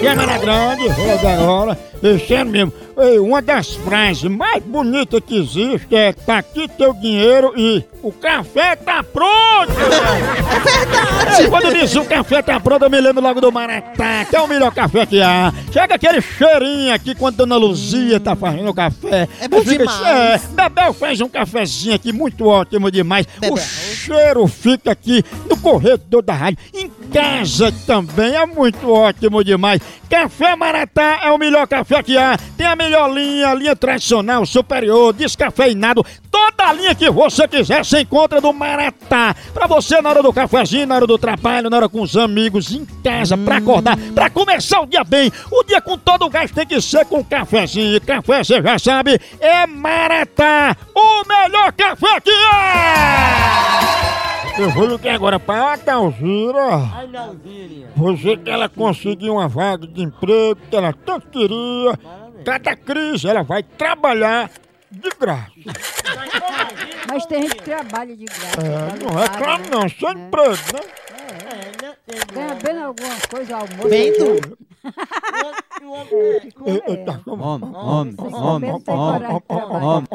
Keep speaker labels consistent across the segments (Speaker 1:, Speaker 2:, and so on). Speaker 1: Quem era grande, roda agora. Eu sério mesmo. Ei, Uma das frases mais bonitas que existe é tá aqui teu dinheiro e o café tá pronto! Quando disse o café tá pronto, eu me lembro logo do Maratá, que é o melhor café que há. Chega aquele cheirinho aqui quando Dona Luzia tá fazendo o café.
Speaker 2: É bom
Speaker 1: Eu fico-
Speaker 2: demais.
Speaker 1: É, Bebel faz um cafezinho aqui muito ótimo demais.
Speaker 2: Bebel.
Speaker 1: O cheiro fica aqui no corredor da rádio. Em casa também é muito ótimo demais. Café Maratá é o melhor café que há. Tem a melhor linha, linha tradicional, superior, descafeinado. Toda a linha que você quiser se encontra no Maratá. Pra você na hora do cafezinho, na hora do trabalho, na hora com os amigos, em casa, pra acordar, pra começar o dia bem. O dia com todo o gás tem que ser com cafezinho. E café, você já sabe, é Maratá. O melhor café que há! Eu vou ligar agora pra Dalzira. Você que ela conseguiu uma vaga de emprego que ela tanto queria. Cada crise ela vai trabalhar de graça.
Speaker 3: Mas assim? tem gente que trabalha de graça. tá
Speaker 1: É, não reclama não, só emprego, né?
Speaker 3: Ganha bem alguma coisa, almoço. tá
Speaker 2: Bem tu.
Speaker 1: Eu, eu tá com-
Speaker 4: Homem, homem, homem,
Speaker 3: Principalmente tem
Speaker 4: homem,
Speaker 3: coragem de trabalhar.
Speaker 4: homem.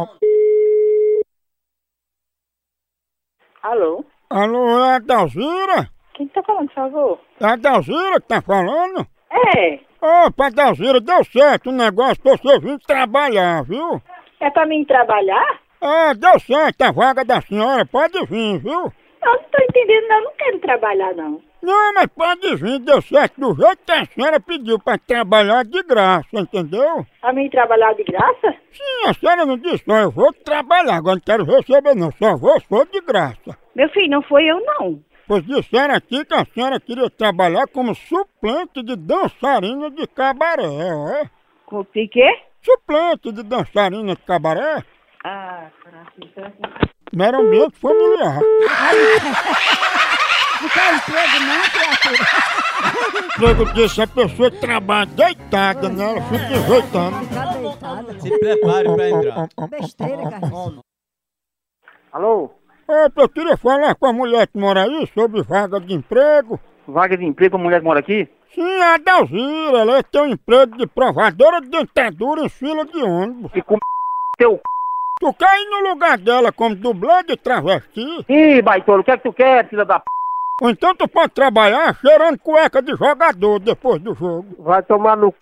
Speaker 5: Alô?
Speaker 1: Alô, é a Dalzira?
Speaker 5: Quem tá falando, por favor?
Speaker 1: É a Dalzira que tá falando?
Speaker 5: É,
Speaker 1: Opa, Dalzira, deu certo o negócio pra você vir trabalhar, viu?
Speaker 5: é pra mim trabalhar?
Speaker 1: É, deu certo a vaga da senhora, pode vir, viu?
Speaker 5: Eu não tô entendendo, não. Eu não quero trabalhar, não.
Speaker 1: Não, mas pode vir, deu certo do jeito que a senhora pediu pra trabalhar de graça, entendeu?
Speaker 5: Pra mim trabalhar de graça?
Speaker 1: Sim, a senhora não disse, não, eu vou trabalhar, agora não quero receber não, só vou se for de graça.
Speaker 5: Meu filho, não foi eu, não.
Speaker 1: Pois disseram aqui que a senhora queria trabalhar como suplente de dançarina de cabaré, ó.
Speaker 5: Com o Piquet?
Speaker 1: Suplente de dançarina de cabaré?
Speaker 5: Ah, Francisco.
Speaker 1: Não era ambiente familiar.
Speaker 3: Não quer emprego, não, criatura.
Speaker 1: Emprego disse, a pessoa trabalha deitada, né? Ela fica enjeitando.
Speaker 3: Tá deitada.
Speaker 4: Se prepare pra entrar.
Speaker 3: Besteira, Carlinhos.
Speaker 6: Alô?
Speaker 1: Opa, eu queria falar com a mulher que mora aí sobre vaga de emprego.
Speaker 6: Vaga de emprego, a mulher que mora aqui?
Speaker 1: Sim, a Dalzira, ela tem um emprego de provadora de dentadura em fila de ônibus.
Speaker 6: E com teu c...
Speaker 1: Tu quer ir no lugar dela como dublê de travesti?
Speaker 6: Ih, baitola, o que é que tu quer, filha da p...
Speaker 1: Ou então tu pode trabalhar cheirando cueca de jogador depois do jogo.
Speaker 6: Vai tomar no c...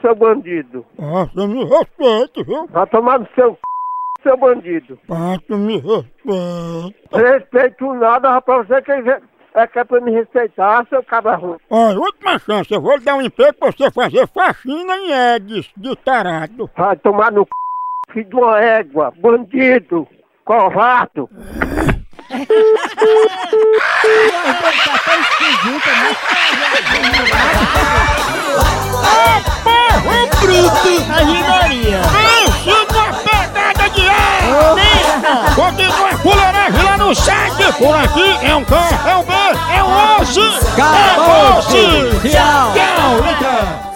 Speaker 6: seu bandido.
Speaker 1: Ah, você me respeita, viu?
Speaker 6: Vai tomar no seu c... seu bandido.
Speaker 1: Pá, tu me respeita.
Speaker 6: Respeito nada, rapaz, você quer ver... É que é pra me respeitar, seu cabarro.
Speaker 1: Olha, última chance, eu vou lhe dar um emprego pra você fazer faxina em Edis, de tarado.
Speaker 6: Vai tomar no c... filho de uma égua, bandido, covardo.
Speaker 1: é um Pense numa pegada é de ar! Pensa! Continua a fuleiragem lá no site! Por aqui é um K, é um É B, é um 11! É
Speaker 4: Acabou-se!
Speaker 1: 11!
Speaker 4: Tchau!
Speaker 1: Tchau! Letra!